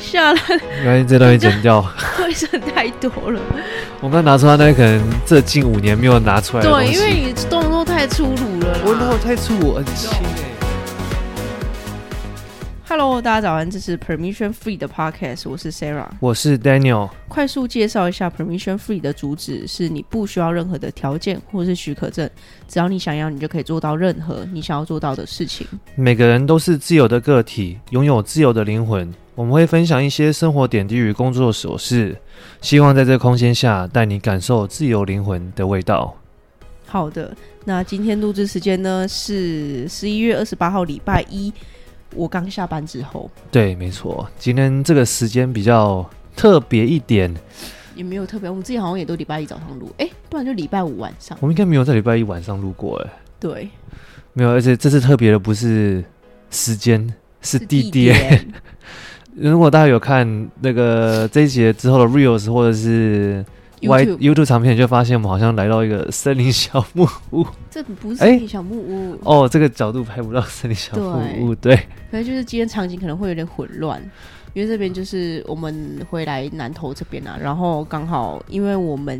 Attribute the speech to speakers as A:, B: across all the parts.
A: 下啦，
B: 没关系，这东西剪掉。
A: 会剩太多了。
B: 我们要拿出来，那可能这近五年没有拿出来的东
A: 对，
B: 西。
A: 因为你动作太粗鲁了啦。
B: 我脑太粗，我很轻哎、
A: Hello，大家早安，这是 Permission Free 的 Podcast，我是 Sarah。
B: 我是 Daniel，
A: 快速介绍一下 Permission Free 的主旨：是你不需要任何的条件或是许可证，只要你想要，你就可以做到任何你想要做到的事情。
B: 每个人都是自由的个体，拥有自由的灵魂。我们会分享一些生活点滴与工作琐事，希望在这空间下带你感受自由灵魂的味道。
A: 好的，那今天录制时间呢是十一月二十八号礼拜一，我刚下班之后
B: 对，没错，今天这个时间比较特别一点，
A: 也没有特别，我们之前好像也都礼拜一早上录，哎、不然就礼拜五晚上。
B: 我们应该没有在礼拜一晚上录过哎、
A: 对，
B: 没有，而且这次特别的不是时间，是
A: 是
B: 地点。
A: 点。
B: 如果大家有看那个这一节之后的 reels 或者是 Y
A: YouTube
B: YouTube 长片，就发现我们好像来到一个 森林小木屋。
A: 这不
B: 哎
A: 是你小木屋，
B: 哦，这个角度拍不到森林小木屋，对
A: 可能就是今天场景可能会有点混乱，因为这边就是我们回来南投这边啊，然后刚好因为我们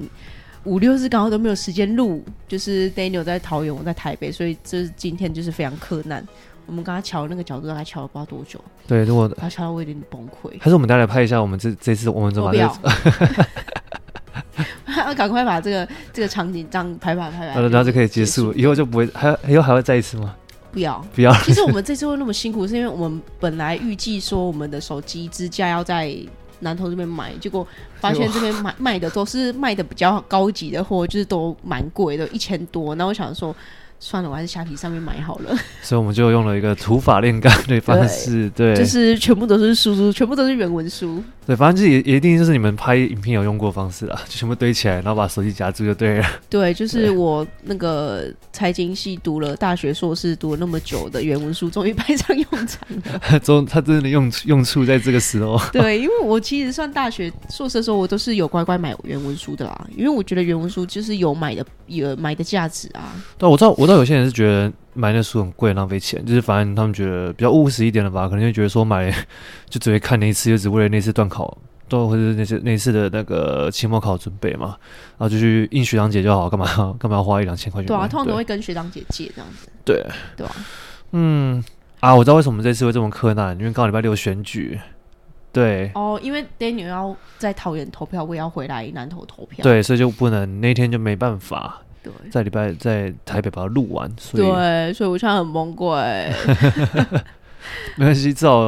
A: 五六日刚好都没有时间录，就是 Daniel 在桃园，我在台北，所以这是今天就是非常困难。我们刚刚瞧那个角度，大概瞧了不知道多久，
B: 对。如果
A: 然后瞧到我有点崩溃。
B: 还是我们大家来拍一下，我们这这次我们怎
A: 我
B: 么
A: 不
B: 把
A: 要
B: 这，
A: 赶快把这个这个场景这样排排排排，
B: 然后然后就可以结束，。以后就不会还以后还会再一次吗？
A: 不要，
B: 不要，
A: 其实我们这次会那么辛苦，是因为我们本来预计说我们的手机支架要在南投这边买，结果发现这边买卖的都是卖的比较高级的货，就是都蛮贵的，一千多。那我想说，算了，我还是虾皮上面买好了。
B: 所以我们就用了一个土法炼钢的方式，对，
A: 就是全部都是书书，全部都是原文书。
B: 对，反正就是也也一定就是你们拍影片有用过的方式啦，就全部堆起来，然后把手机夹住就对了。
A: 对，就是我那个财经系读了大学硕士，读了那么久的原文书，终于 派上用场了。
B: 中它真的用处用处在这个时候，
A: 对，因为我其实上大学硕士的时候，我都是有乖乖买原文书的啦，因为我觉得原文书就是有买的有买的价值啊。
B: 对，我知道，我知道有些人是觉得买那书很贵，浪费钱，就是反正他们觉得比较务实一点的吧，可能就觉得说买就只会看那一次，就只为了那次段考，段或者是那次那次的那个期末考准备嘛，然后就去应学长姐就好，干嘛干嘛要花一两千块钱
A: 对
B: 买？
A: 啊，通常都会跟学长姐借这样子，
B: 对对，
A: 对啊，
B: 嗯啊，我知道为什么这次会这么困难，因为刚好礼拜六选举，对。
A: 哦，因为 Daniel 要在桃园投票，我也要回来南投投票。
B: 对，所以就不能那天就没办法
A: 对
B: 在礼拜在台北把它录完，所以
A: 对，所以我现在很崩溃。
B: 没关系，至少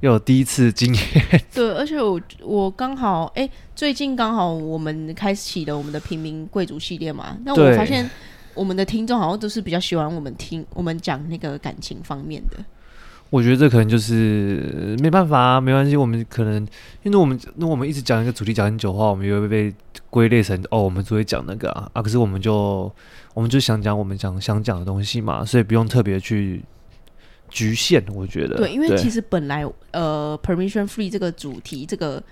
B: 又有第一次经验。
A: 对，而且我我刚好哎、最近刚好我们开启了我们的平民贵族系列嘛，那我
B: 对
A: 发现我们的听众好像都是比较喜欢我们听我们讲那个感情方面的。
B: 我觉得这可能就是没办法、啊，没关系。我们可能因为我们那我们一直讲一个主题讲很久啊的话，我们也会被归类成哦，我们只会讲那个啊啊。可是我们就我们就想讲我们讲想讲的东西嘛，所以不用特别去局限。我觉得
A: 对，因为其实本来呃，permission free 这个主题这个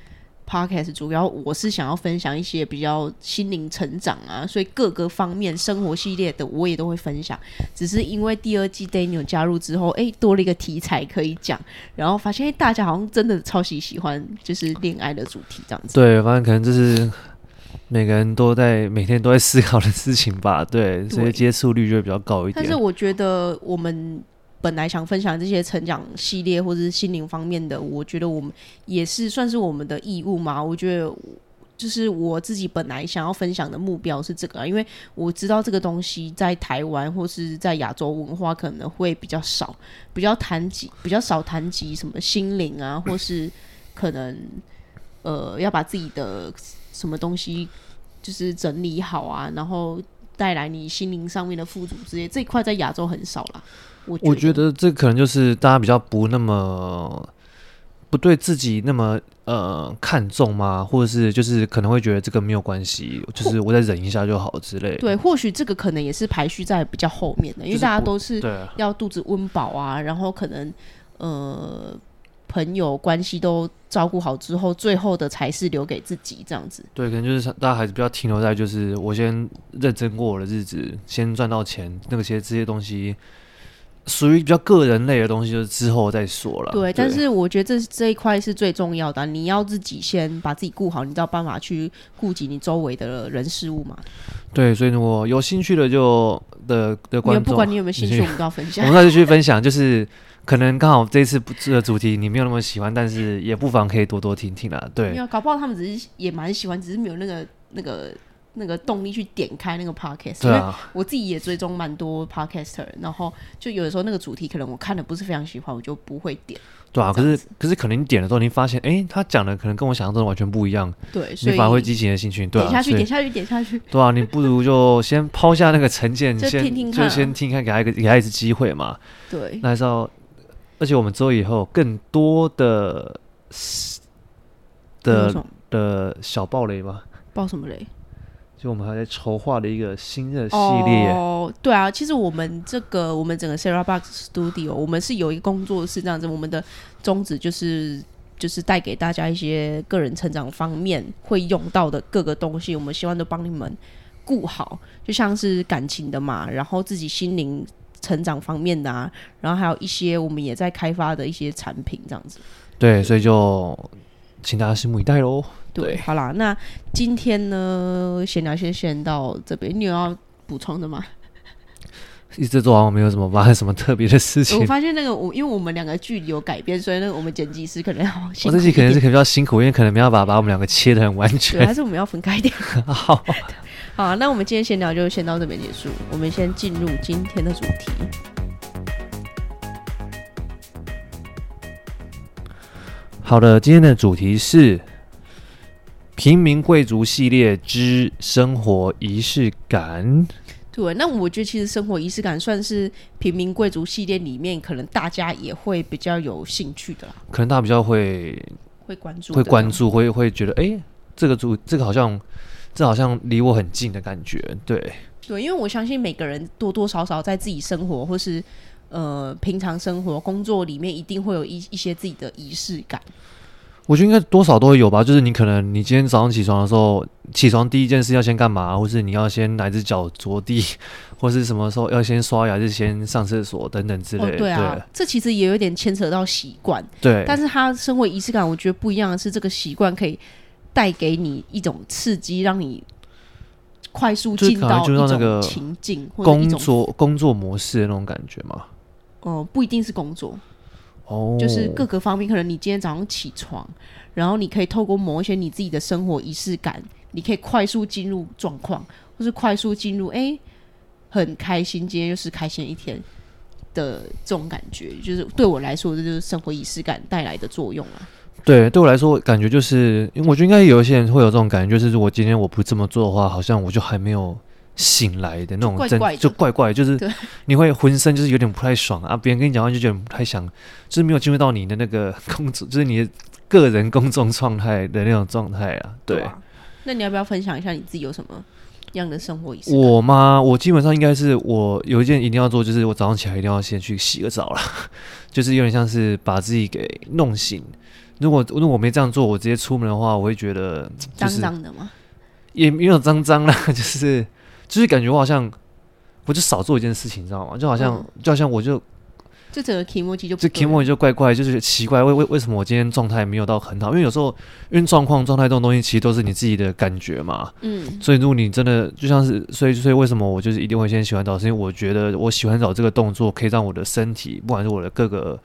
A: podcast 主要我是想要分享一些比较心灵成长啊，所以各个方面生活系列的我也都会分享。只是因为第二季 Daniel 加入之后，哎，多了一个题材可以讲，然后发现哎，大家好像真的超级喜欢就是恋爱的主题这样子。
B: 对，反正可能就是每个人都在每天都在思考的事情吧。对，所以
A: 对
B: 接触率就会比较高一
A: 但
B: 点
A: 是。我觉得我们本来想分享这些成长系列或者是心灵方面的，我觉得我们也是算是我们的义务嘛。我觉得就是我自己本来想要分享的目标是这个、啊，因为我知道这个东西在台湾或是在亚洲文化可能会比较少，比较谈及比较少谈及什么心灵啊，或是可能呃要把自己的什么东西就是整理好啊，然后带来你心灵上面的富足之类，这一块在亚洲很少啦。我
B: 我觉得这可能就是大家比较不那么不对自己那么呃看重嘛，或者是就是可能会觉得这个没有关系，就是我再忍一下就好之类的。
A: 对，或许这个可能也是排序在比较后面的，因
B: 就
A: 为
B: 是
A: 大家
B: 不
A: 都是
B: 对啊
A: 要肚子温饱啊，然后可能呃朋友关系都照顾好之后，最后的才是留给自己这样子。
B: 对，可能就是大家还是不要停留在就是我先认真过我的日子，先赚到钱，那些这些东西属于比较个人类的东西，就是之后再说了。
A: 对，但是我觉得这这一块是最重要的啊、你要自己先把自己顾好，你才有办法去顾及你周围的人事物嘛。
B: 对，所以如果有兴趣的就的
A: 因
B: 的
A: 为
B: 观
A: 不
B: 众，
A: 管你有没有兴
B: 你
A: 趣，
B: 去
A: 我们都要分
B: 我
A: 享
B: 们。那就去分享，就是可能刚好这一次不这个主题你没有那么喜欢，但是也不妨可以多多听听啦。
A: 没
B: 对，
A: 有，搞不好他们只是也蛮喜欢，只是没有那个那个那个动力去点开那个 podcast。
B: 对
A: 因为
B: 啊，
A: 我自己也追踪蛮多 podcaster，然后就有的时候那个主题可能我看的不是非常喜欢，我就不会点。
B: 对啊。可
A: 这样
B: 是可是可能你点了之后，你发现哎、诶他讲的可能跟我想象中的完全不一样，
A: 对，所
B: 你
A: 以
B: 反而会激起你的兴趣。对
A: 点
B: 啊，
A: 下去，
B: 所以
A: 点下去，点下去。
B: 对啊，你不如就先抛下那个 成见，
A: 就
B: 先
A: 听听看啊
B: 就先听看，给他一个给他一次机会嘛。
A: 对，
B: 那还是要，而且我们之后以后更多的
A: 那
B: 的
A: 种
B: 的小暴雷吧，
A: 报什么雷？
B: 就我们还在筹划的一个新的系列。
A: 哦，对啊，其实我们这个我们整个 Sarah Box Studio，我们是有一个工作室这样子，我们的宗旨就是。就是带给大家一些个人成长方面会用到的各个东西，我们希望都帮你们顾好，就像是感情的嘛，然后自己心灵成长方面的啊，然后还有一些我们也在开发的一些产品这样子。
B: 对，所以就请大家拭目以待喽。
A: 对，
B: 对
A: 好啦，那今天呢闲聊先先到这边，你有要补充的吗？
B: 一直做完，我没有什么发生什么特别的事情
A: 我。发现那个我，因为我们两个距离有改变，所以那个我们剪辑师可能要辛苦
B: 我这
A: 一
B: 期可能
A: 点。
B: 是可能比较辛苦，因为可能没有办法把我们两个切的很完
A: 对，
B: 全。
A: 还是我们要分开一点。
B: 好，
A: 好啊、那我们今天闲聊就先到这边结束，我们先进入今天的主题。
B: 好的，今天的主题是平民贵族系列之生活仪式感。
A: 对，那我觉得其实生活仪式感算是平民贵族系列里面，可能大家也会比较有兴趣的啦，
B: 可能大家比较会
A: 会关注，
B: 会关。注，会会觉得，哎、这个主这个好像这好像离我很近的感觉。对，
A: 对，因为我相信每个人多多少少在自己生活或是呃平常生活、工作里面，一定会有一一些自己的仪式感。
B: 我觉得应该多少都会有吧。就是你可能你今天早上起床的时候，起床第一件事要先干嘛，或是你要先哪只脚着地， 或是什么时候要先刷牙，还是先上厕所等等之类
A: 哦
B: 的。，
A: 对啊，这其实也有点牵扯到习惯。
B: 对
A: 但是他生活仪式感，我觉得不一样的是，这个习惯可以带给你一种刺激，让你快速
B: 就是
A: 进
B: 感觉
A: 到
B: 进入
A: 一
B: 到那
A: 种
B: 个
A: 情境或者一
B: 工
A: 种，
B: 作工作模式的那种感觉嘛。
A: 呃，不一定是工作，
B: 哦，
A: 就是各个方面。可能你今天早上起床，然后你可以透过某一些你自己的生活仪式感，你可以快速进入状况，或是快速进入哎、诶很开心，今天又是开心一天。的这种感觉，就是对我来说，这就是生活仪式感带来的作用啊。
B: 对，对我来说，感觉就是，因为我觉得应该有一些人会有这种感觉，就是如果今天我不这么做的话，好像我就还没有醒来的那种
A: 怪
B: 真，
A: 怪的
B: 就怪怪，就是
A: 对
B: 你会浑身就是有点不太爽啊，别人跟你讲话就觉得不太想，就是没有进入到你的那个工作，就是你的个人公众状态的那种状态啊。对，
A: 啊那你要不要分享一下你自己有什么样的生活仪式感？
B: 我吗？我基本上应该是我有一件一定要做，就是我早上起来一定要先去洗个澡啦， 就是有点像是把自己给弄醒。如果如果我没这样做，我直接出门的话，我会觉得就
A: 脏
B: 是。
A: 脏的吗？
B: 也没有脏脏啦， 就是就是感觉我好像我就少做一件事情，你知道吗？就好像、
A: 嗯
B: 就好像我就
A: 就整个 k i m o j i 就
B: 这
A: 不对
B: Kimo 就怪怪，就是奇怪为为为什么我今天状态没有到很好？因为有时候因为状况状态这种东西其实都是你自己的感觉嘛，
A: 嗯，
B: 所以如果你真的就像是所以所以为什么我就是一定会先洗完澡，是因为我觉得我洗完澡这个动作可以让我的身体，不管是我的各个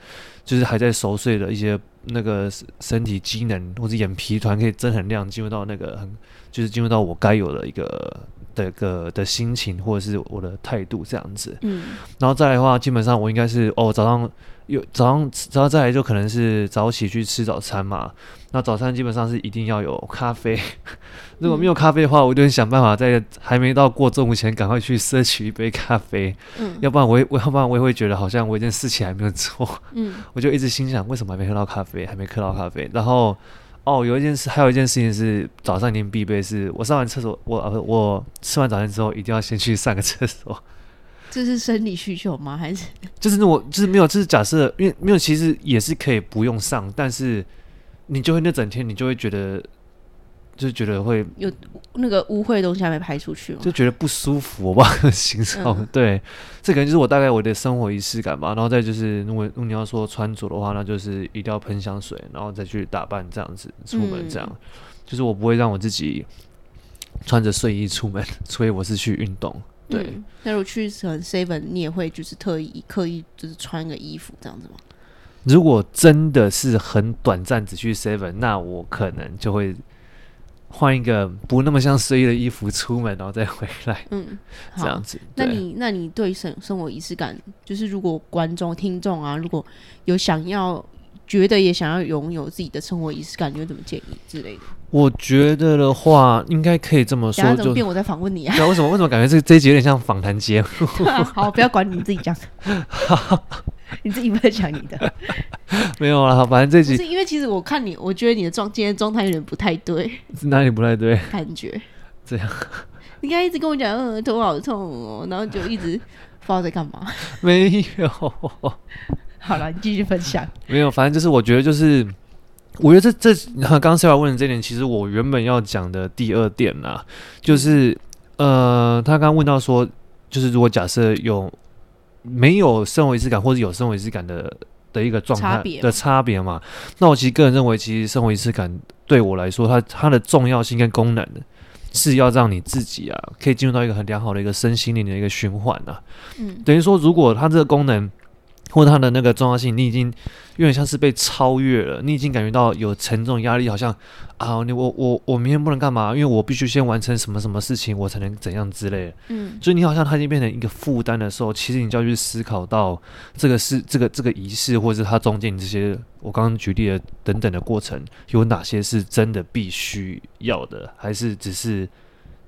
B: 就是还在熟睡的一些那个身体机能或者眼皮团可以增很亮，进入到那个很就是进入到我该有的一个的一个的心情或者是我的态度这样子。
A: 嗯，
B: 然后再来的话，基本上我应该是哦，早上有早上，然后再来就可能是早起去吃早餐嘛。那早餐基本上是一定要有咖啡， 如果没有咖啡的话，我就会想办法在还没到过中午前赶快去摄取一杯咖啡，
A: 嗯
B: 要不然我会，我要不然我也会觉得好像我有件事情还没有做，
A: 嗯，
B: 我就一直心想为什么还没喝到咖啡，还没喝到咖啡。然后哦，有一件事，还有一件事情是早上一定必备是，我上完厕所，我呃我吃完早餐之后一定要先去上个厕所。
A: 这是生理需求吗？还是
B: 就是如果就是没有，就是假设，因为没有，其实也是可以不用上，但是你就会那整天你就会觉得就觉得会
A: 那个污秽的东西还没排出去嘛。
B: 就觉得不舒服， 我不知道形容。对，这可能就是我大概我的生活仪式感吧。然后再就是，如果如果你要说穿着的话，那就是一定要喷香水，然后再去打扮这样子出门，这样、就是我不会让我自己穿着睡衣出门， 所以我是去运动。对，
A: 嗯，那如果去可能 seven，你也会就是特意刻意就是穿个衣服这样子吗？
B: 如果真的是很短暂只去 Seven，那我可能就会换一个不那么像睡衣的衣服出门，然后再回来
A: 嗯，
B: 这样
A: 好。
B: 子。
A: 那
B: 对
A: 你那你对生生活仪式感，就是如果观众听众啊，如果有想要觉得也想要拥有自己的生活仪式感，你会怎么建议之类的？
B: 我觉得的话，应该可以这么
A: 等下
B: 说，
A: 怎么
B: 就
A: 变我在访问你啊？
B: 对啊，为什么为什么感觉这这一集有点像访谈节目？
A: 好，不要管你，你自己 讲，你自己分享你的。
B: 没有啊，反正这
A: 不
B: 集
A: 是因为其实我看你，我觉得你的状今天状态有点不太对，
B: 哪里不太对？
A: 感觉
B: 这
A: 样。你刚才一直跟我讲，嗯，头好痛哦，然后就一直不知道在干 嘛。
B: 没有，
A: 好了，你继续分享。
B: 没有，反正就是我觉得就是，我觉得这 这刚刚 Sarah 问的这一点，其实我原本要讲的第二点啦、就是呃，他刚刚问到说，就是如果假设有没有生活仪式感，或者有生活仪式感的的一个状
A: 差
B: 态
A: 别
B: 的差别嘛？那我其实个人认为，其实生活仪式感对我来说，它它的重要性跟功能是要让你自己啊，可以进入到一个很良好的一个身心灵的一个循环啊。
A: 嗯
B: 等于说，如果它这个功能或它的那个重要性，你已经有点像是被超越了，你已经感觉到有沉重压力，好像啊，你我我我明天不能干嘛，因为我必须先完成什么什么事情，我才能怎样之类的。
A: 嗯
B: 所以你好像它已经变成一个负担的时候，其实你就要去思考到这个是这个这个仪式，或者是它中间这些我刚刚举例的等等的过程，有哪些是真的必须要的，还是只是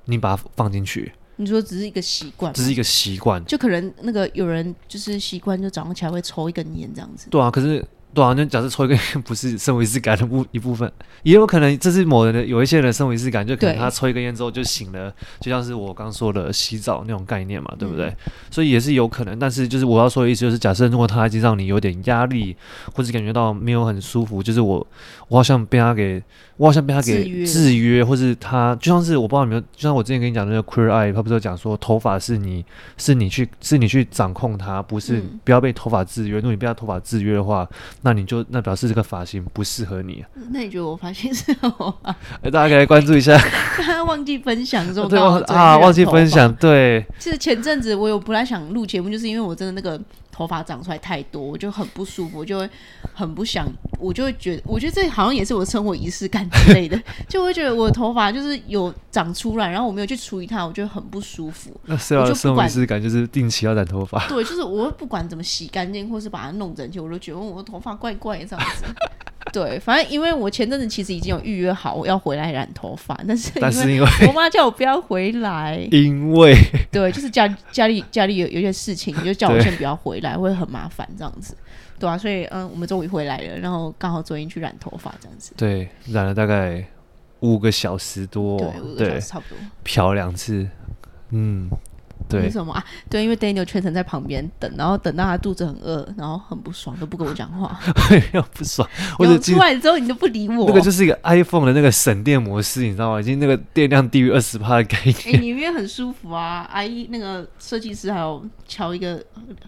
B: 你把它放进去，
A: 你说只是一个习惯吗，
B: 只是一个习惯。
A: 就可能那个有人就是习惯，就早上起来会抽一根烟这样子。
B: 对啊，可是对啊，那假设抽一根烟不是生活仪式感的部一部分，也有可能这是某人的有一些人的生活仪式感，就可能
A: 对
B: 他抽一根烟之后就醒了，就像是我刚说的洗澡那种概念嘛，对不对？
A: 嗯
B: 所以也是有可能，但是就是我要说的意思就是，假设如果他已经让你有点压力，或者感觉到没有很舒服，就是我我好像被他给，我好像被他
A: 制
B: 给
A: 约
B: 制约，或是他就像是我不知道你们，就像我之前跟你讲的那个 queer eye，他不是有讲说头发是你是你去是你去掌控它，不是
A: 嗯
B: 不要被头发制约。如果你被他头发制约的话，那你就那表示这个发型不适合你。
A: 那你觉得我发现是我吗？
B: 哎，大家可以来关 注一下，
A: 刚刚 忘记分享的时候，
B: 对
A: 刚好
B: 忘
A: 最近
B: 啊
A: 热
B: 忘记
A: 头
B: 分
A: 发
B: 享，对
A: 其实前阵子我有本来想录节目，就是因为我真的那个头发长出来太多，我就很不舒服，我就会很不想，我就会觉得，我觉得这好像也是我的生活仪式感之类的， 就会觉得我的头发就是有长出来，然后我没有去处理它，我觉得很不舒服。
B: 那啊 Sarah
A: 我就
B: 的
A: 不
B: 生活仪
A: 管
B: 式感就是定期要染头发。
A: 对，就是我会不管怎么洗干净，或是把它弄整齐，我都觉得我的头发怪怪的这样子。 对，反正因为我前阵子其实已经有预约好我要回来染头发，但是
B: 但
A: 因为
B: 是 因为，
A: 我妈叫我不要回来
B: 因为
A: 对，就是家家里家里有有些事情，就叫我
B: 对
A: 先不要回来，会很麻烦这样子，对啊，所以嗯，我们终于回来了，然后刚好昨天去染头发这样子，
B: 对染了大概五个小时多
A: 对，五，个小
B: 对，
A: 时差不多。
B: 漂两次，嗯，
A: 为
B: 对，
A: 什么啊？对，因为 Daniel 全程在旁边等，然后等到他肚子很饿，然后很不爽，都不跟我讲话。
B: 要不爽， 我
A: 然后
B: 就记
A: 出来之后你都不理我，
B: 那个就是一个 iPhone 的那个省电模式，你知道吗？已经那个电量低于二十帕的概
A: 哎、
B: 念。
A: 里面很舒服啊！阿姨那个设计师还有瞧一个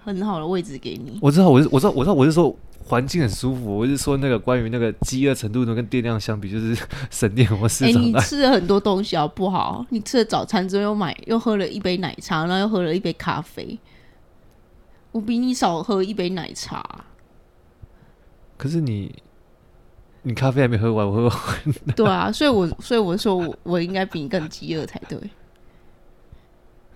A: 很好的位置给你。
B: 我知道，我是我知道，我知道，我是说环境很舒服，我是说那个关于那个饥饿程度跟电量相比，就是 省电模式
A: 哎、
B: 长
A: 你
B: 大。
A: 吃了很多东西好不好？ 你吃了早餐之后又买又喝了一杯奶茶，然后又喝了一杯咖啡。我比你少喝一杯奶 茶，
B: 可是你，你咖啡还没喝完，我喝
A: 对啊，所以我所以我说我我应该比你更饥饿才对。
B: 因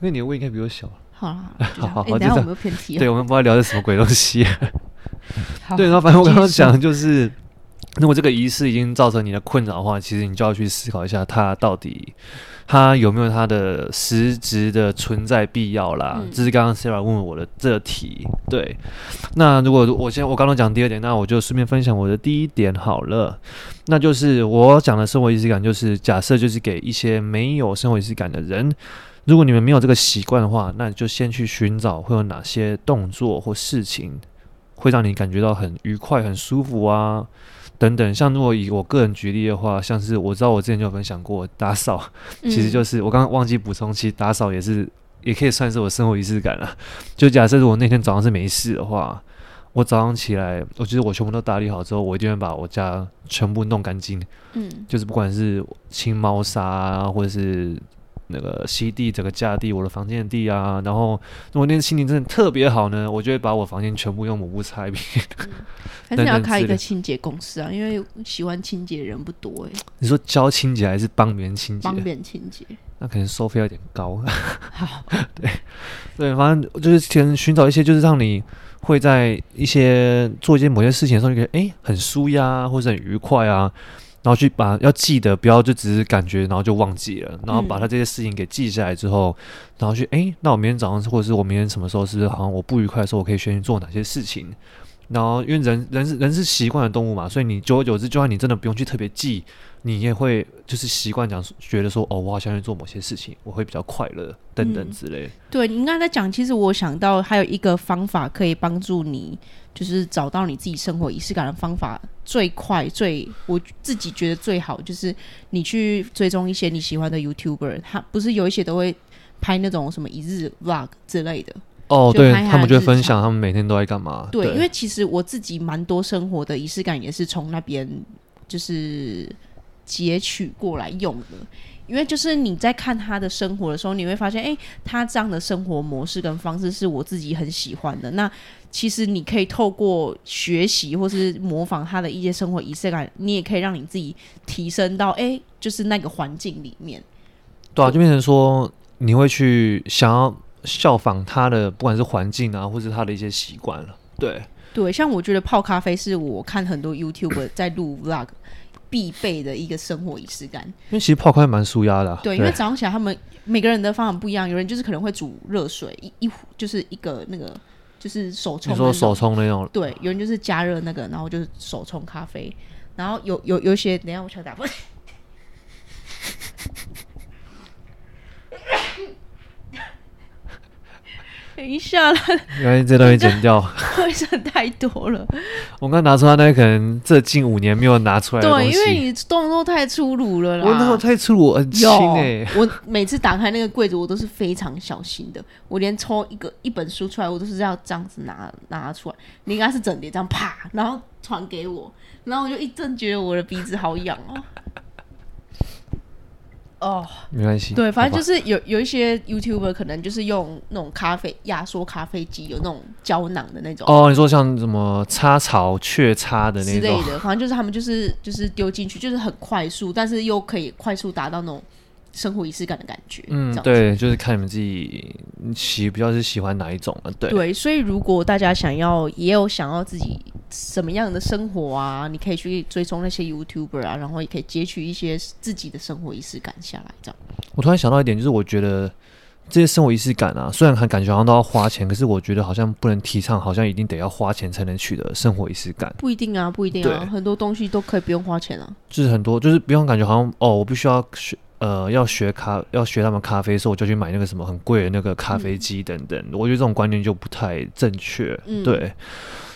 B: 为你的胃应该比我小。
A: 好了好了，就这样
B: 好好
A: 哎
B: 好
A: 等一下
B: 就这样
A: 我们又偏题了。
B: 对，我们不知道聊的什么鬼东西、
A: 好
B: 对，然后反正我刚刚
A: 继续
B: 讲的就是，如果这个仪式已经造成你的困扰的话，其实你就要去思考一下，它到底它有没有它的实质的存在必要啦。
A: 嗯
B: 这是刚刚 Sarah 问我的这题。对，那如果我先我刚刚讲第二点，那我就顺便分享我的第一点好了。那就是我讲的生活仪式感，就是假设就是给一些没有生活仪式感的人。如果你们没有这个习惯的话，那你就先去寻找会有哪些动作或事情会让你感觉到很愉快、很舒服啊等等。像如果以我个人举例的话，像是我知道我之前就有分享过打扫，
A: 嗯
B: 其实就是我刚刚忘记补充，其实打扫也是也可以算是我生活仪式感了。啊就假设如果那天早上是没事的话，我早上起来，我觉得我全部都打理好之后，我一定会把我家全部弄干净，
A: 嗯
B: 就是不管是清猫砂啊，或者是。那个吸地、整个架地、我的房间的地啊，然后如果那天心情真的特别好呢，我就会把我房间全部用抹布擦一遍。
A: 还是你要
B: 等等
A: 开一
B: 之
A: 个
B: 类
A: 清洁公司啊，因为喜欢清洁的人不多哎、
B: 你说教清洁还是帮别人清洁
A: 帮？别人清洁。
B: 那可能收费有点 高。
A: 好，
B: 对，反正就是先寻找一些，就是让你会在一些做一些某些事情的时候，你觉得哎、诶很舒压，或者很愉快啊，然后去把要记得，不要就只是感觉，然后就忘记了，然后把
A: 嗯
B: 它这些事情给记下来之后，然后去哎、诶那我明天早上或者是我明天什么时候是不是好像我不愉快的时候，我可以先去做哪些事情。然后，因为人人是人是习惯的动物嘛，所以你久而久之，就算你真的不用去特别记，你也会就是习惯讲觉得说，哦，我好像去做某些事情，我会比较快乐等等
A: 嗯
B: 之类的。
A: 对你刚才在讲，其实我想到还有一个方法可以帮助你，就是找到你自己生活仪式感的方法，最快最我自己觉得最好就是你去追踪一些你喜欢的 YouTuber，他不是有一些都会拍那种什么一日 Vlog 之类的，
B: 哦，
A: 就
B: 对
A: 拍下
B: 他们就会
A: 日
B: 分
A: 常
B: 享他们每天都在干嘛。
A: 对，因为其实我自己蛮多生活的仪式感也是从那边就是截取过来用的。因为就是你在看他的生活的时候，你会发现，诶，他这样的生活模式跟方式是我自己很喜欢的。那其实你可以透过学习或是模仿他的一些生活仪式感，你也可以让你自己提升到，诶，就是那个环境里面。
B: 对啊，就变成说你会去想要效仿他的，不管是环境啊，或是他的一些习惯了。对，
A: 对，像我觉得泡咖啡是我看很多 YouTube 在录 Vlog 必备的一个生活仪式感。
B: 因为其实泡开蛮舒压的、啊。
A: 对，因为早上起来他们每个人的方法不一样，有人就是可能会煮热水，一一壶就是一个那个就是手冲
B: 你
A: 的那种，
B: 说手冲那种，
A: 对，有人就是加热那个，然后就是手冲咖啡，然后有有有一些，等一下我敲 打不。等一下啦，
B: 原来哎这东西剪掉。
A: 会剩太多了。
B: 我刚拿出他那个可能这近五年没有拿出来的东
A: 对，
B: 西。
A: 因为你动作太粗鲁了啦。
B: 我那时候太粗鲁，很轻
A: 有，
B: 哎、
A: 我每次打开那个柜子，我都是非常小心的。我连抽一个一本书出来，我都是要这样子拿拿出来。你应该是整叠这样啪，然后传给我，然后我就一阵觉得我的鼻子好痒哦。哦，
B: 没关系。
A: 对，反正就是是有有一些 YouTuber 可能就是用那种咖啡压缩咖啡机，有那种胶囊的那种。
B: 哦，你说像什么插槽、雀插的
A: 之
B: 那
A: 类
B: 种，
A: 的，反正就是他们就是就是丢进去，就是很快速，但是又可以快速达到那种生活仪式感的感觉。
B: 嗯
A: 这样，子
B: 对，就是看你们自己喜比较是喜欢哪一种啊。对，
A: 对，所以如果大家想要也有想要自己什么样的生活啊，你可以去追踪那些 YouTuber 啊，然后也可以截取一些自己的生活仪式感下来，这样。
B: 我突然想到一点，就是我觉得这些生活仪式感啊，虽然很感觉好像都要花钱，可是我觉得好像不能提倡，好像一定得要花钱才能取得生活仪式感。
A: 不一定啊，不一定啊，
B: 对
A: 很多东西都可以不用花钱啊。
B: 就是很多，就是不用感觉好像哦，我必须要学呃要学咖要学他们咖啡，所以我就去买那个什么很贵的那个咖啡机等等。我觉得这种观念就不太正确。
A: 嗯
B: 对，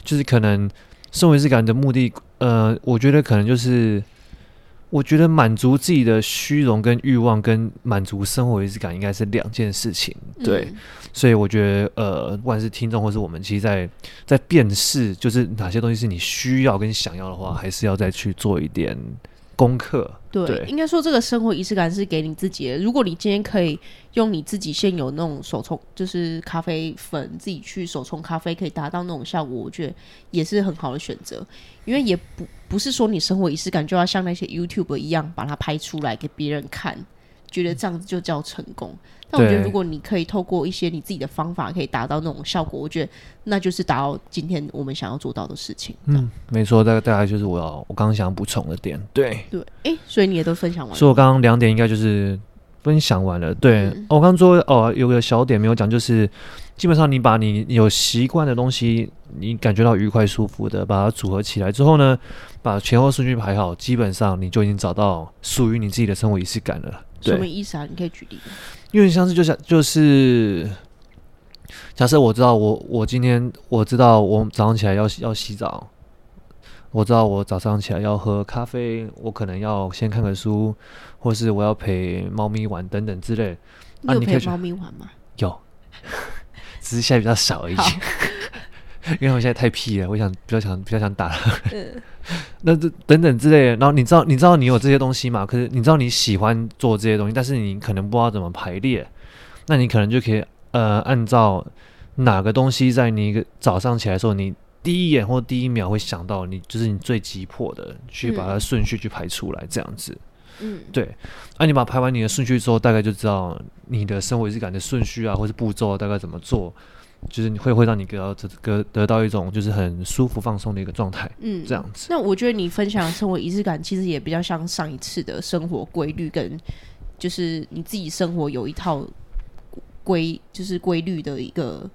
B: 就是可能生活仪式感的目的，呃，我觉得可能就是。我觉得满足自己的虚荣跟欲望，跟满足生活仪式感应该是两件事情。对，
A: 嗯
B: 所以我觉得，呃，不管是听众或是我们，其实在在辨识，就是哪些东西是你需要跟想要的话，还是要再去做一点功课。
A: 对，
B: 对
A: 应该说这个生活仪式感是给你自己的。如果你今天可以用你自己现有那种手冲，就是咖啡粉自己去手冲咖啡，可以达到那种效果，我觉得也是很好的选择。因为也不不是说你生活仪式感就要像那些 YouTube 一样把它拍出来给别人看，觉得这样子就叫成功。但我觉得
B: 对
A: 如果你可以透过一些你自己的方法，可以达到那种效果，我觉得那就是达到今天我们想要做到的事情。
B: 嗯，没错，大概大概就是我要我刚刚想补充的点。对，
A: 对，诶，所以你也都分享完了。
B: 所以我刚刚两点应该就是分享完了。对，
A: 嗯
B: 哦我刚刚说哦，有个小点没有讲，就是基本上你把你有习惯的东西，你感觉到愉快舒服的，把它组合起来之后呢，把前后顺序排好，基本上你就已经找到属于你自己的生活仪式感了。对
A: 什么。意思啊？你可以举例吗。
B: 因为像是就像就是，假设我知道我我今天我知道我早上起来要洗要洗澡，我知道我早上起来要喝咖啡，我可能要先看个书，或是我要陪猫咪玩等等之类。
A: 你
B: 啊
A: 有
B: 你可
A: 陪
B: 以去
A: 猫咪玩吗？
B: 有，只是现在比较少而已
A: 好。
B: 因为我现在太屁了，我想比较想比较想打他。
A: 嗯
B: 那这等等之类的，然后你知道你知道你有这些东西嘛？可是你知道你喜欢做这些东西，但是你可能不知道怎么排列，那你可能就可以呃按照哪个东西在你一个早上起来的时候，你第一眼或第一秒会想到你就是你最急迫的，去把它
A: 嗯
B: 顺序去排出来，这样子。
A: 嗯，
B: 对，啊，你把它排完你的顺序之后，大概就知道你的生活仪式感的顺序啊，或是步骤大概怎么做，就是你会会让你得到这个得到一种就是很舒服放松的一个状态，
A: 嗯
B: 这样子。
A: 那我觉得你分享的生活仪式感，其实也比较像上一次的生活规律，跟就是你自己生活有一套规，就是规律的一个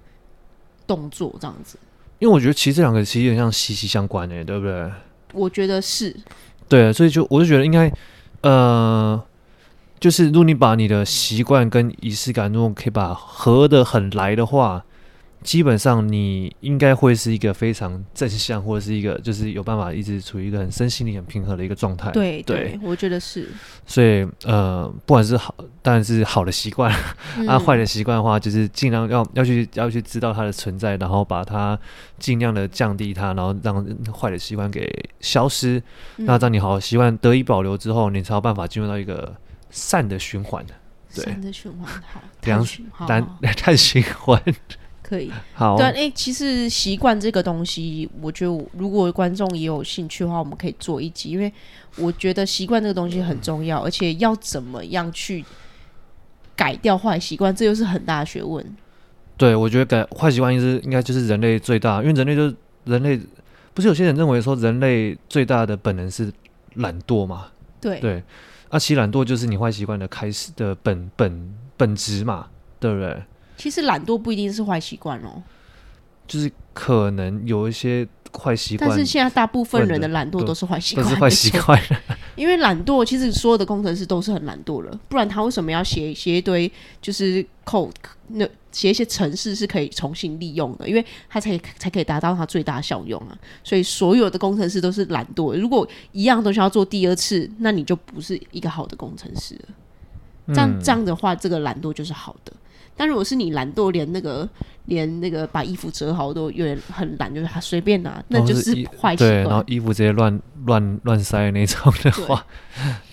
A: 动作这样子。
B: 因为我觉得其实这两个其实有点像息息相关诶、欸对不对？
A: 我觉得是，
B: 对，所以就我就觉得应该，呃，就是如果你把你的习惯跟仪式感，如果可以把合的很来的话，基本上你应该会是一个非常正向，或者是一个就是有办法一直处于一个很身心灵很平和的一个状态。
A: 对
B: 哎对
A: 对，我觉得是。
B: 所以呃，不管是好，当然是好的习惯，啊，
A: 嗯
B: 坏的习惯的话，就是尽量要要去要去知道它的存在，然后把它尽量的降低它，然后让坏的习惯给消失。
A: 嗯
B: 那当你好好习惯得以保留之后，你才有办法进入到一个善的循环，对
A: 三的循环好，
B: 良
A: 碳循好
B: 单
A: 好
B: 碳循环。
A: 可以。
B: 好
A: 哦对，，哎、其实习惯这个东西，我觉得我如果观众也有兴趣的话，我们可以做一集，因为我觉得习惯这个东西很重要，而且要怎么样去改掉坏习惯，这又是很大的学问。
B: 对我觉得改坏习惯应该是应该就是人类最大，因为人类就是人类，不是有些人认为说人类最大的本能是懒惰嘛？
A: 对，
B: 对，啊，其实懒惰就是你坏习惯的开始的本本本质嘛，对不对？
A: 其实懒惰不一定是坏习惯哦，
B: 就是可能有一些坏习惯
A: 但是现在大部分人
B: 惯
A: 的
B: 的
A: 懒惰都是坏习
B: 都
A: 惯，
B: 是坏习
A: 没错。
B: 惯，
A: 因为懒惰，其实所有的工程师都是很懒惰了，不然他为什么要写写一堆就是 code 那写一些程式是可以重新利用的？因为他才才可以达到它最大效用啊。所以所有的工程师都是懒惰的。如果一样东西要做第二次，那你就不是一个好的工程师了。这样、这样的话，这个懒惰就是好的。但如果是你懒惰，连那个连那个把衣服折好都有点很懒，就是他随便拿，那
B: 然后
A: 就是是
B: 衣
A: 坏习
B: 对，然
A: 惯
B: 后。衣服直接乱乱乱塞的那种的话，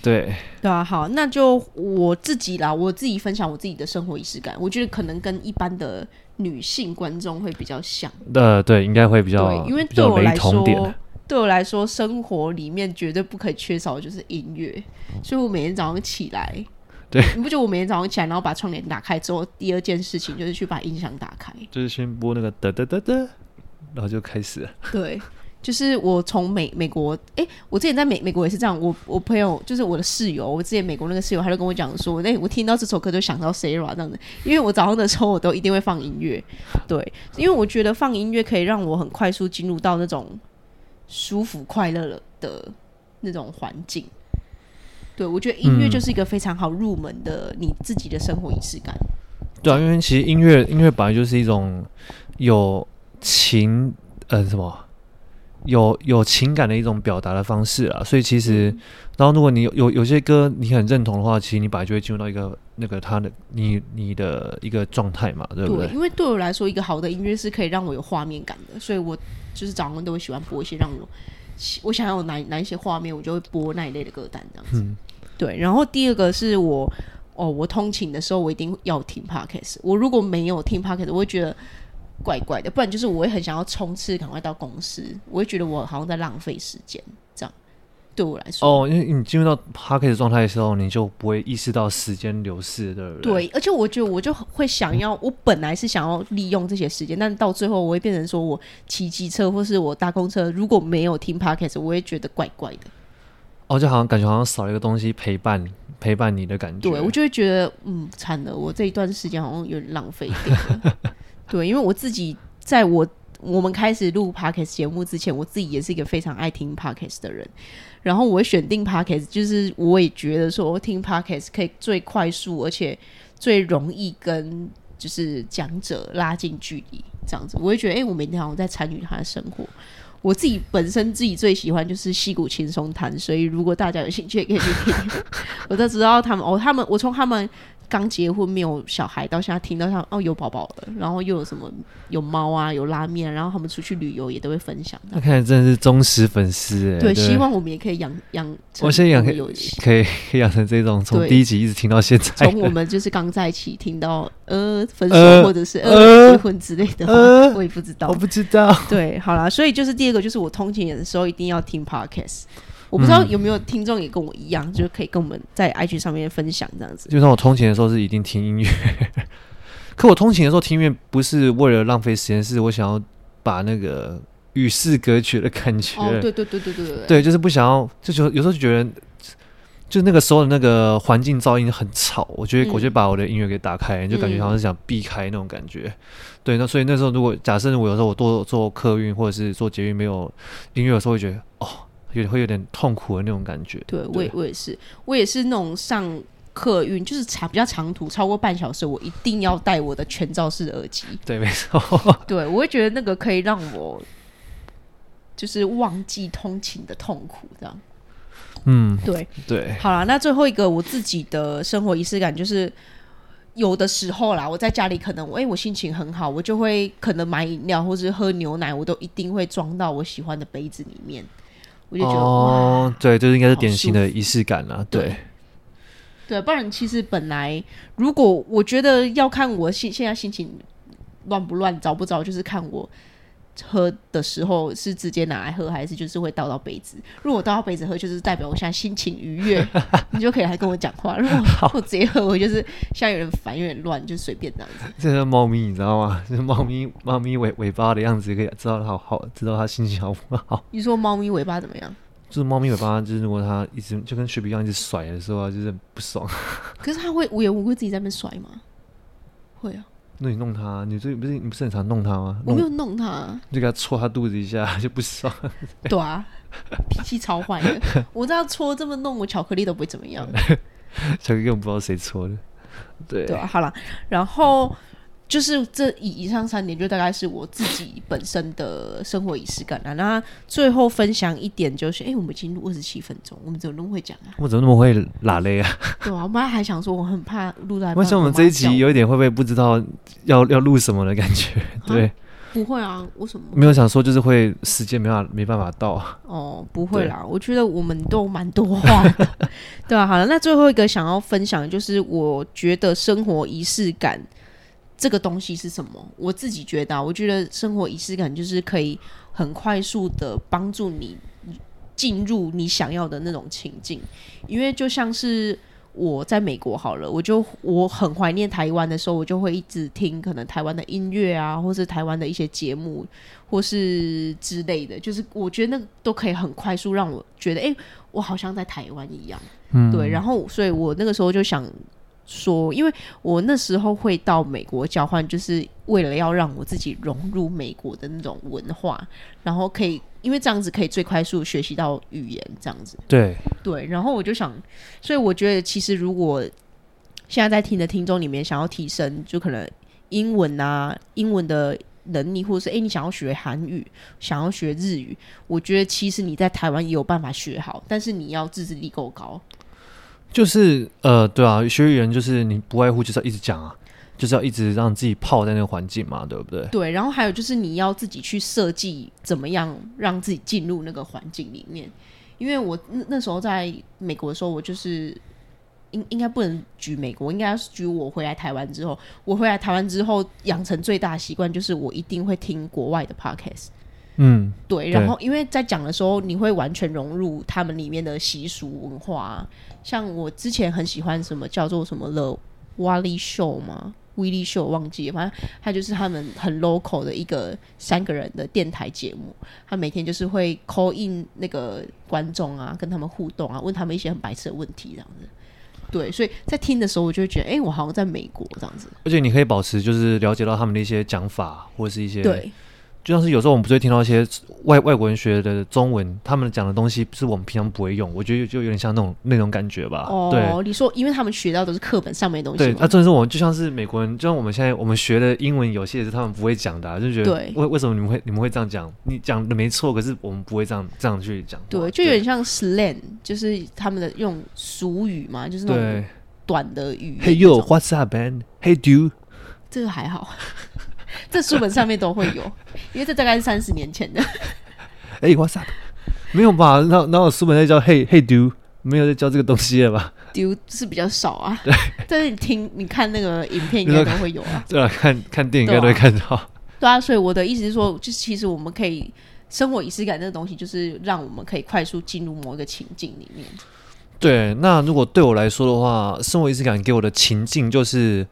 B: 对，
A: 对啊，好，那就我自己啦，我自己分享我自己的生活仪式感，我觉得可能跟一般的女性观众会比较像，
B: 呃， 对，应该会比较
A: 对，因为
B: 比
A: 对
B: 较
A: 我
B: 雷
A: 来
B: 同
A: 说
B: 点，，
A: 对我来说，生活里面绝对不可以缺少的就是音乐，所以我每天早上起来，
B: 哦对，
A: 你不觉得我每天早上起来，然后把窗帘打开之后，第二件事情就是去把音响打开，
B: 就是先播那个哒哒哒哒，然后就开始了，
A: 对，就是我从美美国，诶，我之前在美美国也是这样，我我朋友就是我的室友，我之前美国那个室友，他就跟我讲说，诶，我听到这首歌就想到 Sarah 这样的，因为我早上的时候我都一定会放音乐，对，因为我觉得放音乐可以让我很快速进入到那种舒服快乐的那种环境。对，我觉得音乐
B: 嗯
A: 就是一个非常好入门的你自己的生活仪式感。
B: 对啊，因为其实音乐音乐本来就是一种有情呃什么。有有情感的一种表达的方式啊，所以其实，
A: 嗯
B: 然后如果你有有有些歌你很认同的话，其实你本来就会进入到一个那个他的你你的一个状态嘛，对不对？
A: 因为对我来说，一个好的音乐是可以让我有画面感的，所以我就是早上都会喜欢播一些让我喜我想要有哪哪一些画面，我就会播那一类的歌单这样子。
B: 嗯
A: 对，然后第二个是我哦，我通勤的时候我一定要听 podcast，我如果没有听 podcast，我会觉得。怪怪的，不然就是我会很想要冲刺，赶快到公司，我会觉得我好像在浪费时间，这样对我来说。
B: 哦，因为你进入到 p a r k 的状态的时候，你就不会意识到时间流逝，对不对？
A: 对，而且我觉得我就会想要，我本来是想要利用这些时间，但到最后我会变成说我骑机车或是我搭公车，如果没有听 podcast，我会觉得怪怪的。
B: 哦，就好像感觉好像少了一个东西陪伴陪伴你的感觉。
A: 对我就会觉得，嗯，惨了，我这一段时间好像有点浪费掉了。 对，因为我自己在我我们开始录 podcast 节目之前，我自己也是一个非常爱听 podcast 的人。然后我会选定 podcast，就是我也觉得说听 podcast 可以最快速，而且最容易跟欸就是讲者拉近距离，这样子，我会觉得，哎、我每天好像在参与他的生活。我自己本身自己最喜欢就是戏骨轻松谈，所以如果大家有兴趣，也可以去听。我都知道他们哦，他们我从他们刚结婚没有小孩到现在，听到他们哦有宝宝了，然后又有什么有猫啊，有拉面，然后他们出去旅游也都会分享。
B: 那看来真的是忠实粉丝哎、
A: 对，
B: 不
A: 希望我们也可以养养成
B: 我先养
A: 我们有
B: 可以可以养成这种从
A: 对
B: 第一集一直听到现在
A: 从
B: 的。
A: 我们就是刚在一起听到呃分手
B: 呃
A: 或者是
B: 呃
A: 呃离婚之类的话，
B: 呃
A: 我也不知道
B: 我。不知道，
A: 对，好啦，所以就是第二个，就是我通勤的时候一定要听 podcast。我不知道有没有听众也跟我一样，就是可以跟我们在 IG 上面分享这样子。
B: 就算我通勤的时候是一定听音乐，可我通勤的时候听音乐不是为了浪费时间，是我想要把那个与世隔绝的感觉。
A: 哦，对对对对对对
B: 对，就是不想要，就就有时候就觉得，就是那个时候的那个环境噪音很吵，我觉得、我
A: 嗯
B: 就把我的音乐给打开，就感觉好像是想避开那种感觉。对，那所以那时候如果假设我有时候我坐坐客运或者是坐捷运没有音乐的时候，会觉得哦，有点会有点痛苦的那种感觉。
A: 对，我也我也是，我也是那种上客运就是长比较长途，超过半小时，我一定要戴我的全罩式耳 机。
B: 对，没错，
A: 对，我会觉得那个可以让我就是忘记通勤的痛苦，这样。
B: 嗯，
A: 对，
B: 对，
A: 好啦，那最后一个我自己的生活仪式感就是，有的时候啦，我在家里可能，哎、我心情很好，我就会可能买饮料或是喝牛奶，我都一定会装到我喜欢的杯子里面，我就觉得、
B: 哦，对，这应该是
A: 好
B: 典
A: 舒
B: 型的仪式感啦。
A: 对
B: 对，
A: 哇，对，不然其实本来如果我觉得要看我现现在心情乱不乱、糟不糟，就是看我。喝的时候是直接拿来喝，还是就是会倒到杯子？如果我倒到杯子喝，就是代表我现在心情愉悦，你就可以来跟我讲话。如果我直接喝，我就是现在有点烦，有点乱，就随便这样子。
B: 这是猫咪，你知道吗？就是猫咪，猫咪尾尾巴的样子，可以知道它好好，知道它心情好不好。
A: 你说猫咪尾巴怎么样？
B: 就是猫咪尾巴，就是如果它一直就跟雪碧一样一直甩的时候啊，就是很不爽。
A: 可是它会无缘无故自己在那边甩吗？会啊，
B: 那你弄它，你最不是你不是很常弄它吗？
A: 我
B: 弄
A: 没有弄它啊、
B: 就给它戳它肚子一下就不爽。
A: 对啊，脾气超坏的。我这样搓这么弄，我巧克力都不会怎么样。
B: 小哥根本不知道谁戳的。对，
A: 对啊，好了，然后就是这以以上三点，就大概是我自己本身的生活仪式感啦。那最后分享一点就是，哎、我们已经录二十七分钟，我们怎么那么会讲啊？
B: 我怎么那么会拉勒啊？
A: 对啊，我妈还想说，我很怕录到一半。
B: 我想我们这一集有一点会不会不知道要要录什么的感觉？对，
A: 不会啊？为什么？
B: 没有想说就是会时间没办法没办法到。啊
A: 哦，不会
B: 对
A: 啦，我觉得我们都蛮多话的，对 啊，好了，那最后一个想要分享的就是，我觉得生活仪式感这个东西是什么？我自己觉得、啊，我觉得生活仪式感就是可以很快速的帮助你进入你想要的那种情境，因为就像是。我在美国好了，我就我很怀念台湾的时候，我就会一直听可能台湾的音乐啊，或是台湾的一些节目，或是之类的，就是我觉得那个都可以很快速让我觉得，哎、我好像在台湾一样。
B: 嗯，
A: 对，然后所以我那个时候就想说，因为我那时候会到美国交换，就是为了要让我自己融入美国的那种文化，然后可以因为这样子可以最快速学习到语言，这样子。
B: 对，
A: 对，然后我就想，所以我觉得其实如果现在在听的听众里面想要提升，就可能英文啊，英文的能力，或者是诶你想要学韩语，想要学日语，我觉得其实你在台湾也有办法学好，但是你要自制力够高。
B: 就是呃，对啊，学语言就是你不外乎就是要一直讲啊，就是要一直让自己泡在那个环境嘛，对不对？
A: 对，然后还有就是你要自己去设计怎么样让自己进入那个环境里面。因为我那那时候在美国的时候，我就是应应该不能举美国，应该是举我回来台湾之后。我回来台湾之后，养成最大的习惯就是我一定会听国外的 podcast。
B: 嗯，
A: 对，然后因为在讲的时候，你会完全融入他们里面的习俗文化、啊。像我之前很喜欢什么叫做什么了瓦力秀嘛，威力秀忘记了，反正他就是他们很 local 的一个三个人的电台节目，他每天就是会 call in 那个观众啊，跟他们互动啊，问他们一些很白痴的问题这样子。对，所以在听的时候，我就会觉得，哎、我好像在美国这样子。
B: 而且你可以保持就是了解到他们的一些讲法或是一些
A: 对，
B: 就像是有时候我们不是会听到一些呃外外国人学的呃中文，他们讲的东西是我们平常不会用，我觉得就有点像那种那种感觉吧。
A: 哦，你说，因为他们学到都是课本上面的东
B: 啊对啊
A: 西
B: 对，那
A: 嘛，
B: 重点是我们就像是美国人，就像我们现在我们学的英文，有些也是他们不会讲的、啊，就觉得
A: 对
B: 为为什么你们会你们会这样讲？你讲的没错，可是我们不会这样这样去讲话。
A: 对，就有点像 slang，就是他们的用俗语嘛，就是那种
B: 对。
A: 短的语言那
B: Hey
A: 种。
B: yo，what's up，man？Hey dude。
A: 这个还好， 这书本上面都 会有，因为这大概是三十年前的。
B: 哎、w h a t s up？没有吧？那那我书本在教 Hey Hey Do，没有在教这个东西了吧？
A: 丢是比较少 啊，但是你听你看那个影片应
B: 你
A: 该
B: 说
A: 都会有啊，
B: 对啊，看看电影应
A: 对啊
B: 该都会看到。
A: 对啊，所以我的意思是说，就是其实我们可以生活仪式感这个东西，就是让我们可以快速进入某一个情境里面。
B: 对，那如果对我来说的话，生活仪式感给我的情境就是，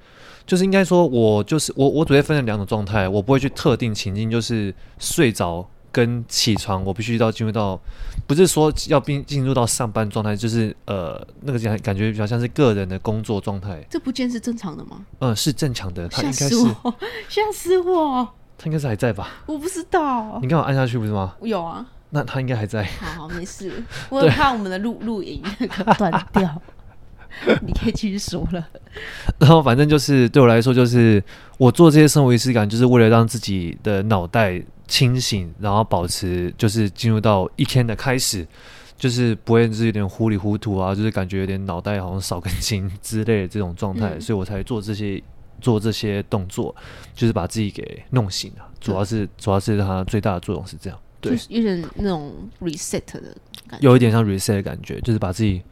B: 就是应该说我就是我，我只会分成两种状态，我不会去特定情境，就是睡着跟起床，我必须要进入到，不是说要并进入到上班状态，就是呃那个感感觉比较像是个人的工作状态，
A: 这不见是正常的吗？
B: 嗯、是正常的，他
A: 吓
B: 应该
A: 死
B: 是
A: 我！吓死我！
B: 他应该是还在吧？
A: 我不知道，
B: 你刚好按下去不是吗？
A: 有啊，
B: 那他应该还在。
A: 好好没事，我很怕我们的录录影那个断 掉。你可以继续说了，
B: 然后反正就是对我来说，就是我做这些生活仪式感，就是为了让自己的脑袋清醒，然后保持就是进入到一天的开始，就是不会就是有点糊里糊涂啊，就是感觉有点脑袋好像少根筋之类的这种状态，
A: 嗯
B: 所以我才做这些做这些动作，就是把自己给弄醒啊。主要是主要是它最大的作用是这样，对啊
A: 就是有点那种 reset 的感觉。
B: 有一点像 reset 的感觉，就是把自己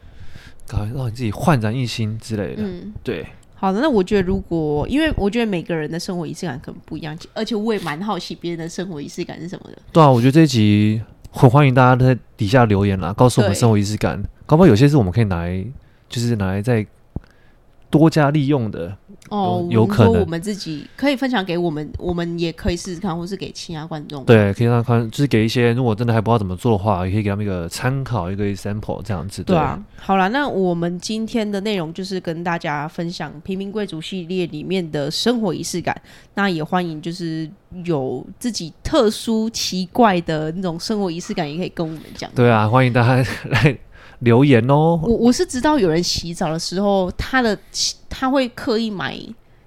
B: 搞让你自己焕然一新之类的，
A: 嗯，
B: 对。
A: 好的，那我觉得如果，因为我觉得每个人的生活仪式感可能不一样，而且我也蛮好奇别人的生活仪式感是什么的。
B: 对啊，我觉得这一集很欢迎大家在底下留言啦，告诉我们
A: 对
B: 生活仪式感，搞不好有些是我们可以拿来，就是拿来再多加利用的。
A: 哦，
B: 有有
A: 我们
B: 可
A: 说
B: 能
A: 我们自己可以分享给我们，我们也可以试试看，或是给其他观众。
B: 对，可以让他看，就是给一些如果真的还不知道怎么做的话，也可以给他们一个参考，一个 example 这样子。
A: 对啊，好啦，那我们今天的内容就是跟大家分享平民贵族系列里面的生活仪式感。那也欢迎就是有自己特殊奇怪的那种生活仪式感，也可以跟我们讲。
B: 对啊，欢迎大家 来留言哦。
A: 我我是知道有人洗澡的时候，他的洗他会刻意买，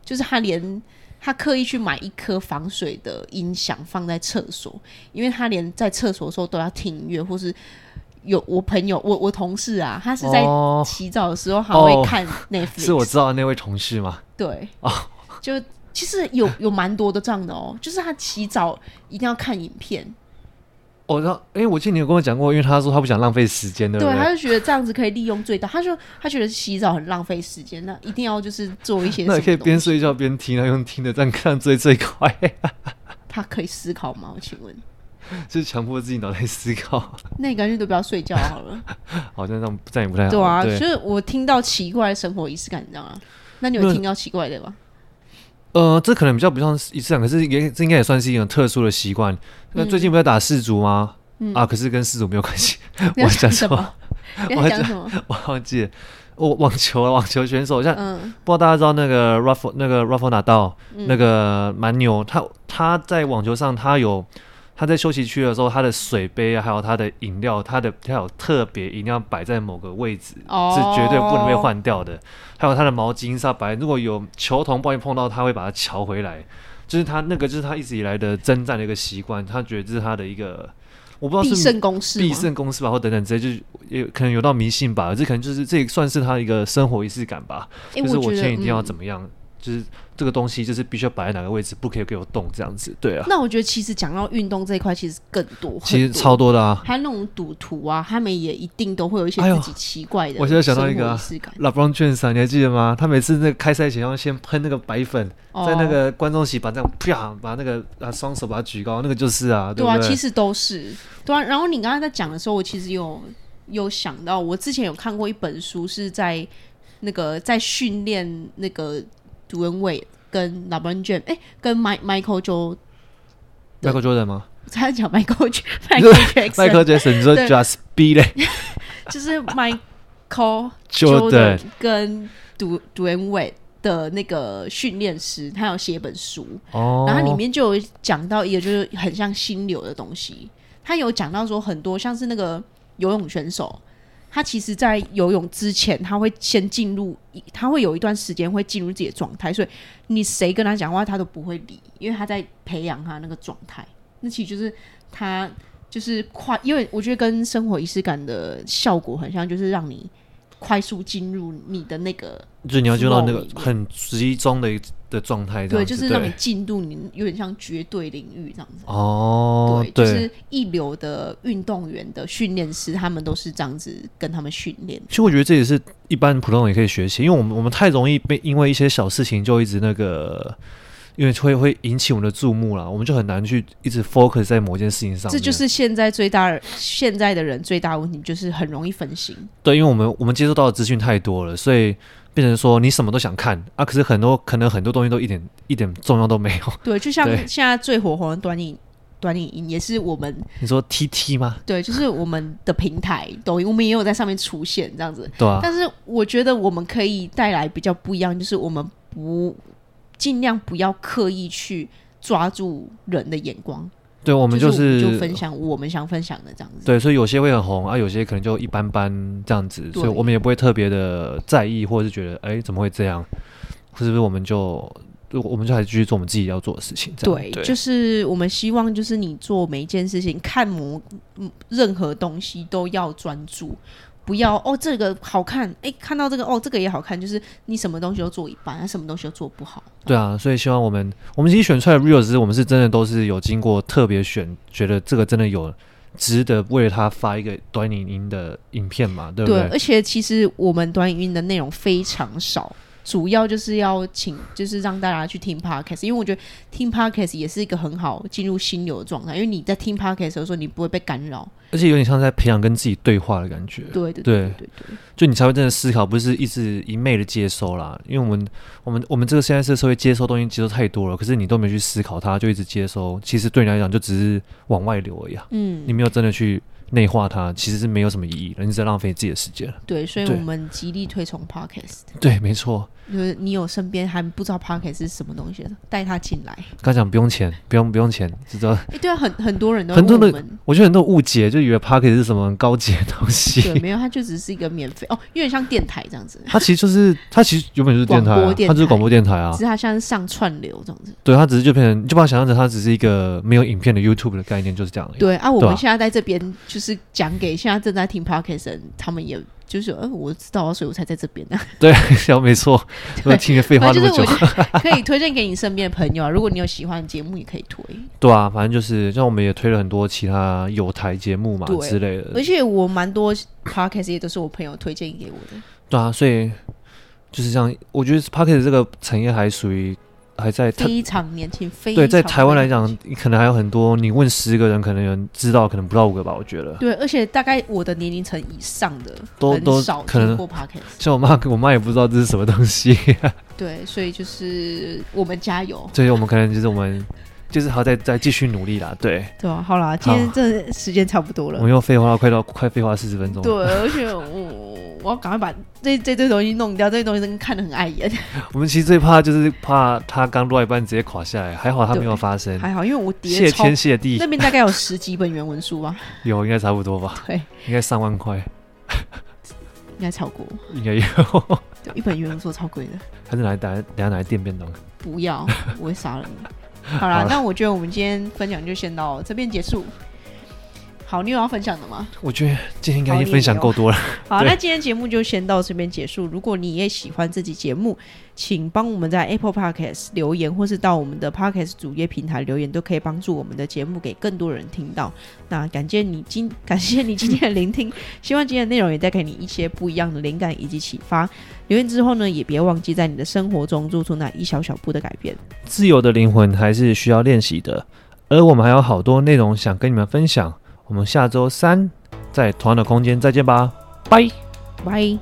A: 就是他连他刻意去买一颗防水的音响放在厕所，因为他连在厕所的时候都要听音乐，或是有我朋友我我同事啊，他是在
B: 哦，
A: 洗澡的时候还会 看 Netflix，、
B: 是我知道的那位同事嘛？
A: 对
B: 哦
A: 就其实有有蛮多的这样的哦，就是他洗澡一定要看影片，
B: 哦，然后哎，我记得你有跟我讲过，因为他说他不想浪费时间，对不
A: 对，他
B: 对？
A: 就觉得这样子可以利用最大，他就他觉得洗澡很浪费时间，那一定要就是做一些什
B: 那
A: 么
B: 也可以
A: 东西
B: 边睡觉边听，然后用听的这样看最最快。
A: 他可以思考吗？我请问，
B: 就是强迫自己脑袋思考，
A: 那你干脆都不要睡觉好了。
B: 好像这样这样也不太好。
A: 对啊，
B: 对
A: 所以我听到奇怪的生活仪式感，你知道吗？那你有
B: 那
A: 听到奇怪的 吧？
B: 呃，这可能比较不像是仪式感，可是也这应该也算是一种特殊的习惯。那
A: 嗯
B: 最近不是在打氏族吗？啊，可是跟氏族没有 关系，
A: 你要
B: 我讲
A: 什
B: 错
A: 么？你要
B: 我还
A: 讲什么？
B: 我忘记了。我、网球啊，网球选手，像、
A: 嗯，
B: 不知道大家知道那个 Rafa 那个 Rafa 拿到、
A: 嗯
B: 那个蛮牛，他他在网球上他有他在休息区的时候，他的水杯啊，还有他的饮料，他的他有特别一定要摆在某个位置，
A: 哦，
B: 是绝对不能被。换掉的。还有它的毛巾是要白，如果有球童不小心碰到，他会把它瞧回来。就是他那个，就是他一直以来的征战的一个习惯，他觉得这是他的一个，我不知道
A: 必
B: 是
A: 胜公式吗
B: 必胜公式吧，或等等之类，就是也可能有到迷信吧，这可能就是这也算是他的一个生活仪式感吧。
A: 哎，
B: 就是
A: 觉
B: 我
A: 得
B: 今天一定要
A: 嗯
B: 怎么样，就是这个东西就是必须要摆在哪个位置，不可以给我动这样子。对啊，
A: 那我觉得其实讲到运动这一块，其实更多，
B: 其实
A: 很多
B: 超多的啊。
A: 还有那种赌徒啊，他们也一定都会有一些
B: 哎呦
A: 自己奇怪的。
B: 我现在想到一个啊
A: 仪式感，
B: LeBron James 啊，你还记得吗？他每次那个开赛前要先喷那个白粉，
A: 哦
B: 在那个观众席把这样啪，把那个啊双手把它举高，那个就是啊，
A: 对
B: 不
A: 啊，
B: 对？
A: 其实都是对啊。然后你刚刚在讲的时候，我其实有有想到，我之前有看过一本书，是在那个在训练那个杜恩伟跟 LeBron James，哎、跟 Mi- Michael 就
B: 迈克 Jordan 吗？
A: 他讲 Michael J- Michael
B: 迈
A: Jackson，
B: 克 Jackson，你说
A: 对
B: Just Be 嘞
A: 就是 Michael
B: ，Jordan，
A: 跟杜杜恩伟的那个训练师，他有写一本书，
B: 哦，
A: 然后里面就有讲到一个就是很像心流的东西，他有讲到说很多像是那个游泳选手，他其实在游泳之前，他会先进入一，他会有一段时间会进入自己的状态，所以你谁跟他讲话他都不会理，因为他在培养他那个状态。那其实就是他就是快，因为我觉得跟生活仪式感的效果很像，就是让你快速进入你的那个
B: 就你要进入到那个
A: flow 里面
B: 很集中的一的状态，这
A: 对，
B: 样
A: 就
B: 子
A: 是让你进入你有点像绝对领域这样子。
B: 哦，
A: 对，就是一流的运动员的训练师，他们都是这样子跟他们训练。
B: 其实我觉得这也是一般普通人也可以学习，因为我们我们太容易被因为一些小事情就一直那个，因为会会引起我们的注目啦，我们就很难去一直 focus 在某件事情上
A: 这
B: 面。
A: 就是现在最大现在的人最大的问题，就是很容易分心。
B: 对，因为我们我们接受到的资讯太多了，所以变成说你什么都想看啊，可是很多可能很多东西都一点一点重要都没有。
A: 对，就像
B: 对
A: 现在最火红的短影短影音，也是我们
B: 你说 TT 吗？
A: 对，就是我们的平台抖音，我们也有在上面出现这样子。
B: 对啊，
A: 但是我觉得我们可以带来比较不一样，就是我们不尽量不要刻意去抓住人的眼光，
B: 对，我
A: 我
B: 们
A: 就是
B: 是
A: 我们就分享我们想分享的这样子。
B: 对，所以有些会很红啊，有些可能就一般般这样子，所以
A: 对
B: 我们也不会特别的在意，或者是觉得哎、怎么会这样，是不是我们就就我们就还是继续做我们自己要做的事情，这样
A: 对，就是我们希望，就是你做每一件事情，看某嗯任何东西都要专注，不要哦这个好看，哎、看到这个哦这个也好看，就是你什么东西都做一半，什么东西都做不好。
B: 对啊，所以希望我们我们其实选出来的 reels，我们是真的都是有经过特别选，觉得这个真的有值得为了它发一个短影音的影片嘛，对不对？
A: 而且其实我们短影音的内容非常少，主要就是要请，就是让大家去听 podcast，因为我觉得听 podcast 也是一个很好进入心流的状态，因为你在听 podcast 的时候，你不会被干扰。
B: 而且有点像在培养跟自己对话的感觉。
A: 对对
B: 对
A: 对对，
B: 就你才会真的思考，不是一直一昧的接收啦。因为我们我们我们这个现在这个社会接收东西接收太多了，可是你都没去思考它，就一直接收，其实对你来讲就只是往外流而已啊。
A: 嗯
B: 你，没有真的去内化它，其实是没有什么意义的，你只在浪费自己的时间了。
A: 对，所以
B: 对
A: 我们极力推崇 podcast。
B: 对，没错。
A: 就是你有身边还不知道 podcast 是什么东西的，带他进来。
B: 刚讲不用钱，不用不用钱，知道？
A: 哎、对啊，很很多人都
B: 很多
A: 问
B: 人
A: 我们，
B: 我觉得很多人误解，就以为 p o c k e t 是什么很高级的东
A: 对，
B: 西。
A: 没有，它就只是一个免费哦，有点像电台这样子，
B: 它其实就是，它其实原本就是电台、
A: 广
B: 啊
A: 播，电
B: 它就是
A: 台
B: 广播电台啊哎
A: 只。是它像是上串流这样子。
B: 对，它只是就变成，你就把它想象成它只是一个没有影片的 YouTube 的概念，就是这样而已。
A: 对啊，我
B: 对啊
A: 们现在在这边就是讲给现在正在听 podcast 的人，他们也就是嗯、呃我知道啊，所以我才在这边啊。
B: 小没错，我听个废话
A: 反
B: 那
A: 正
B: 么
A: 就是
B: 久
A: 我，觉得可以推荐给你身边的朋友啊，如果你有喜欢的节目，也可以推。
B: 对啊，反正就是像我们也推了很多其他有台节目嘛
A: 对
B: 之类
A: 而
B: 的，
A: 且我蛮多 podcast 也都是我朋友推荐给我的。
B: 对啊，所以就是这样。我觉得 p o c k e t 这个产业还属于还在台
A: 非常年轻，非常
B: 对，在台湾来
A: 非常年轻
B: 讲，可能还有很多。你问十个人，可能有人知道，可能不到五个吧。我觉得，
A: 对，而且大概我的年龄层以上的
B: 都
A: 很
B: 都
A: 少
B: 可能
A: 听过 podcast，
B: 像我妈，我妈也不知道这是什么东西。
A: 对，所以就是我们加油，
B: 所以我们可能就是我们就是还要再再继续努力啦。对，
A: 对啊？好啦，今天
B: 好
A: 这时间差不多
B: 我们
A: 了，
B: 又废话了快到快废话四十分钟了。
A: 对，而且我我要赶快把这这堆东西弄掉，这堆东西真的看得很碍 眼，
B: 我们其实最怕就是怕它刚录到一半直接垮下来，还好它没有
A: 对
B: 发生。
A: 还好，因为我
B: 谢
A: 叠超
B: 天谢地
A: 那，边大概有十几本原文书吧，
B: 有应该差不多吧，
A: 对，
B: 应该上万块，
A: 应该超过，
B: 应该有，
A: 对，一本原文书超贵的，
B: 还是拿来打，等下拿来垫便当。
A: 不 要，我会杀了你。好
B: 好
A: 啦
B: 啦，
A: 那我觉得我们今天分享就先到这边结束。好，你有要分享的吗？
B: 我觉得今天应该
A: 好
B: 已
A: 你
B: 经分享
A: 有
B: 够多了，
A: 好，
B: 对
A: 那今天节目就先到这边结束。如果你也喜欢这期节目，请帮我们在 Apple Podcast 留言，或是到我们的 Podcast 主页平台留言，都可以帮助我们的节目给更多人听到。那感谢你今感谢你今天的聆听，希望今天的内容也带给你一些不一样的灵感以及启发。留言之后呢，也别忘记在你的生活中做出那一小小步的改变。
B: 自由的灵魂还是需要练习的，而我们还有好多内容想跟你们分享，我们下周三在同样的空间再见吧，拜。
A: 拜。